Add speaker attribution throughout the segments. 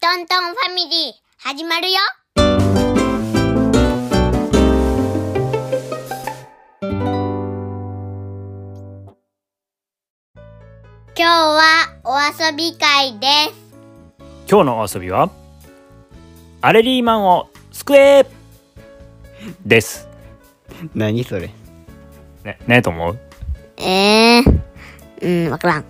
Speaker 1: トントンファミリー、始まるよ今日はお遊び会です。
Speaker 2: 今日のお遊びはアレリーマンを救えです
Speaker 3: 何それ
Speaker 2: ねねと思う
Speaker 1: ええー、うん、わからん。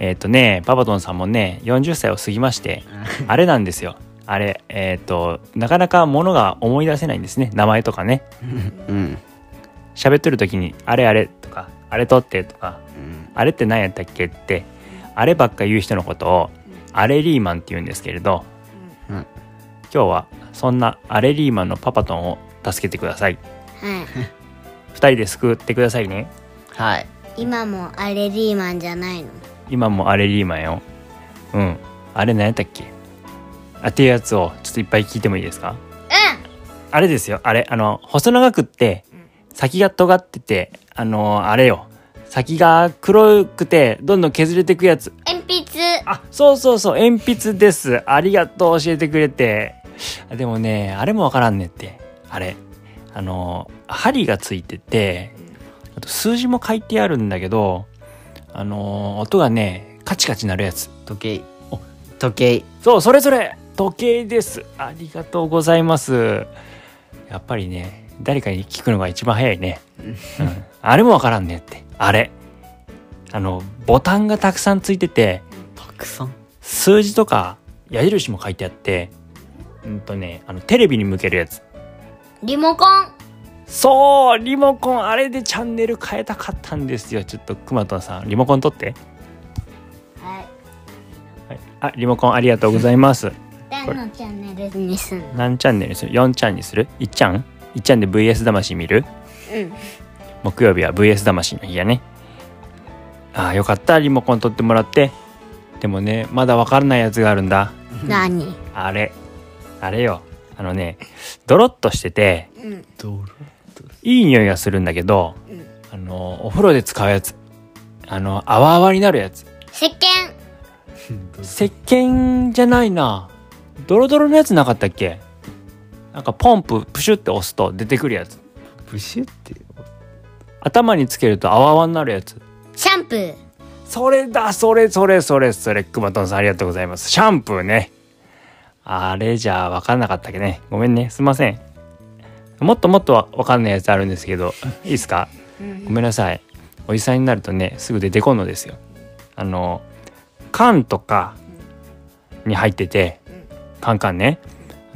Speaker 2: えっ、とねパパトンさんもね40歳を過ぎましてあれなんですよあれえっ、となかなかものが思い出せないんですね名前とかね
Speaker 3: うん
Speaker 2: 喋ってる時に「あれあれ」とか「あれとって」とか
Speaker 3: うん
Speaker 2: 「あれって何やったっけ?」ってあればっか言う人のことをアレリーマンって言うんですけれど、
Speaker 3: うん
Speaker 2: 今日はそんなアレリーマンのパパトンを助けてください
Speaker 1: はい。
Speaker 2: 2人で救ってくださいね
Speaker 3: はい
Speaker 1: 今もアレリーマンじゃないの。
Speaker 2: 今もアレリーマンようんあれ何やったっけあっていうやつをちょっといっぱい聞いてもいいですか
Speaker 1: う
Speaker 2: あれですよあれあの細長くって先が尖っててあのあれよ先が黒くてどんどん削れてくやつ
Speaker 1: ん鉛筆。
Speaker 2: あそうそうそう鉛筆ですありがとう教えてくれてあでもねあれもわからんねってあれあの針がついててあと数字も書いてあるんだけどあの音がねカチカチ鳴るやつ
Speaker 3: 時計
Speaker 2: お
Speaker 3: 時計
Speaker 2: そうそれそれ時計ですありがとうございますやっぱりね誰かに聞くのが一番早いね、うん、あれもわからんねってあれあのボタンがたくさんついてて
Speaker 3: たくさん
Speaker 2: 数字とか矢印も書いてあってうんとねあのテレビに向けるやつ
Speaker 1: リモコン。
Speaker 2: そうリモコンあれでチャンネル変えたかったんですよちょっとくまとんさんリモコン取って、
Speaker 1: はい。
Speaker 2: はい、あリモコンありがとうございます
Speaker 1: 誰のチャンネルにすんの
Speaker 2: 何チャンネルにする ?4 チャンにする ?1 チャン ?1 チャンで VS 魂見る
Speaker 1: うん。
Speaker 2: 木曜日は VS 魂の日やねああよかったリモコン取ってもらってでもねまだわからないやつがあるんだ
Speaker 1: 何
Speaker 2: あれあれよあのねドロッとしてて
Speaker 1: うん。
Speaker 3: ど
Speaker 2: いい匂いがするんだけど、
Speaker 1: うん
Speaker 2: あのお風呂で使うやつあの泡泡になるやつ
Speaker 1: 石鹸。
Speaker 2: 石鹸じゃないなドロドロのやつなかったっけなんかポンププシュって押すと出てくるやつ
Speaker 3: ブシュって
Speaker 2: 頭につけると泡泡になるやつ
Speaker 1: シャンプー。
Speaker 2: それだそれそれそれそれくまとんさんありがとうございますシャンプーねあれじゃ分かんなかったっけねごめんねすいませんもっともっと分かんないやつあるんですけどいいですかごめんなさいおじさんになるとねすぐ出てこんのですよあの缶とかに入ってて缶缶ね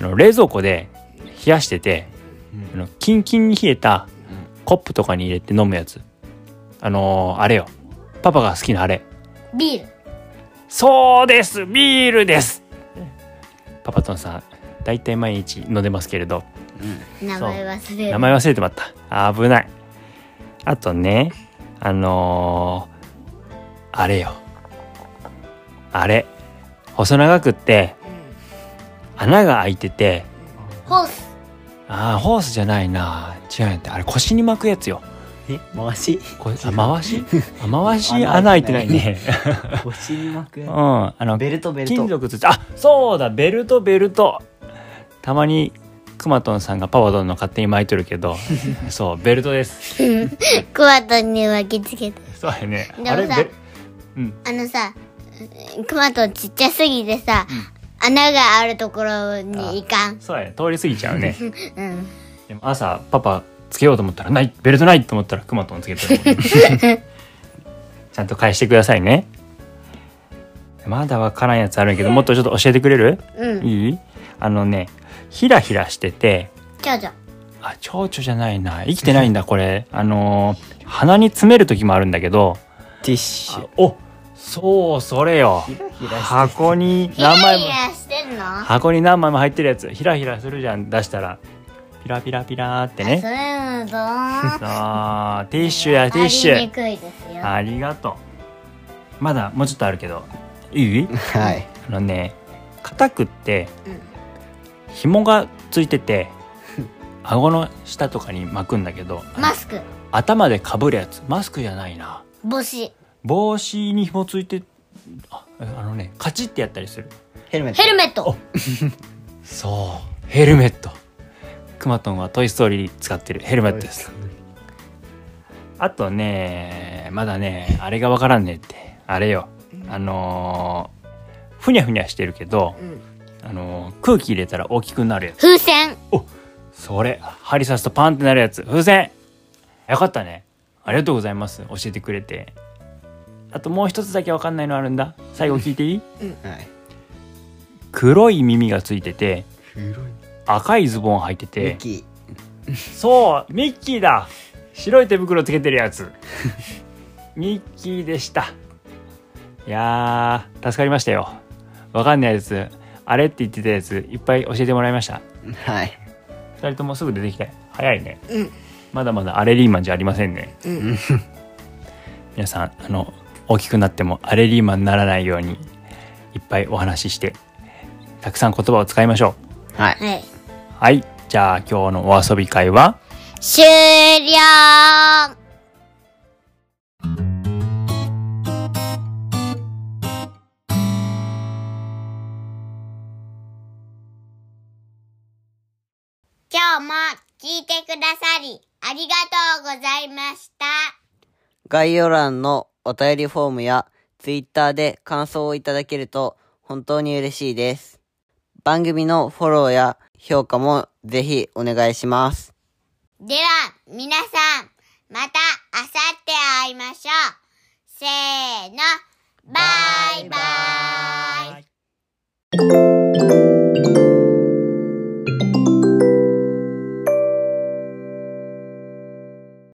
Speaker 2: あの冷蔵庫で冷やしててあのキンキンに冷えたコップとかに入れて飲むやつあのーあれよパパが好きなあれ
Speaker 1: ビール。
Speaker 2: そうですビールですパパトンさん大体毎日飲んでますけれど
Speaker 1: 名前忘れる。
Speaker 2: 名前忘れてまった危ないあとねあのーあれよあれ細長くって穴が開いてて
Speaker 1: ホース。
Speaker 2: あーホースじゃないな違うんやってあれ腰に巻くやつよ
Speaker 3: え 回し
Speaker 2: こあ回 しあ回し穴開いてないね
Speaker 3: 腰に巻く
Speaker 2: うんあの
Speaker 3: ベルトベルト
Speaker 2: 金属つってあそうだベルトベルトたまにくまとんさんがパワドンの勝手に巻いとる けどそうベルトです
Speaker 1: クワトンに巻きつけた。
Speaker 2: そうやね
Speaker 1: でもさ
Speaker 2: あれベルうん
Speaker 1: あのさ、クマトンちっちゃすぎてさ、穴があるところに行かん。
Speaker 2: そうやね通り過ぎちゃうね
Speaker 1: うん。
Speaker 2: でも朝パパつけようと思ったらないベルトないと思ったらくまとんつけてるもんね ちゃんと返してくださいねまだわからんやつあるんやけどもっとちょっと教えてくれる
Speaker 1: うん。
Speaker 2: いいあのねひらひらしてて
Speaker 1: ちょうちょ。
Speaker 2: あ蝶々じゃないな生きてないんだこれあのー鼻に詰める時もあるんだけど
Speaker 3: ティッシュ
Speaker 2: おそうそれよ
Speaker 3: らひらしてる
Speaker 2: 箱に
Speaker 1: イラ
Speaker 2: 何枚
Speaker 1: イ
Speaker 2: も
Speaker 1: ラしてんのあ、
Speaker 2: 箱に何枚も入ってるやつひらひらするじゃん出したらピラピラピラーって
Speaker 1: そういう
Speaker 2: ね
Speaker 1: のどーん。
Speaker 2: あ ーティッシュやティッシ
Speaker 1: ありに
Speaker 2: ュ
Speaker 1: くいですよ。
Speaker 2: ありがとうまだもうちょっとあるけどいい
Speaker 3: はい
Speaker 2: あのね硬くって
Speaker 1: うん
Speaker 2: 紐がついてて顎の下とかに巻くんだけど
Speaker 1: マスク、
Speaker 2: 頭でかぶるやつマスクじゃないな
Speaker 1: 帽子、
Speaker 2: 帽子に紐ついてああのねカチッてやったりする
Speaker 3: ヘルメット
Speaker 1: ヘルメット
Speaker 2: そうヘルメットくまとんは「トイ・ストーリー」使ってるヘルメットですあとねまだねあれがわからんねってあれよあのーふにゃふにゃしてるけど、
Speaker 1: ん
Speaker 2: あのー空気入れたら大きくなるやつ
Speaker 1: 風船
Speaker 2: それ針刺すとパンってなるやつ風船よかったねありがとうございます教えてくれてあともう一つだけわかんないのあるんだ最後聞いていい
Speaker 3: はい
Speaker 2: 黒い耳がついてて
Speaker 3: 黒い
Speaker 2: 赤いズボン履いて
Speaker 3: ミ
Speaker 2: て
Speaker 3: ッキ
Speaker 2: そうミッキーだ白い手袋つけてるや つミッキーでしたいやー助かりましたよわかんないやつあれって言ってたやついっぱい教えてもらいました
Speaker 3: ーはい
Speaker 2: 2人ともすぐ出てきて早いね
Speaker 1: うん
Speaker 2: まだまだアレリーマンじゃありませんね
Speaker 1: うん
Speaker 2: 皆さんあの大きくなってもアレリーマンにならないようにいっぱいお話ししてたくさん言葉を使いましょ
Speaker 3: はい
Speaker 1: はい。
Speaker 2: うはいじゃあ今日のお遊び会は
Speaker 1: 終了今日も聞いてくださりありがとうございました。
Speaker 4: 概要欄のお便りフォームや Twitter で感想をいただけると本当に嬉しいです。番組のフォローや評価もぜひお願いします。
Speaker 1: では、皆さん、また明後日会いましょう。せーの。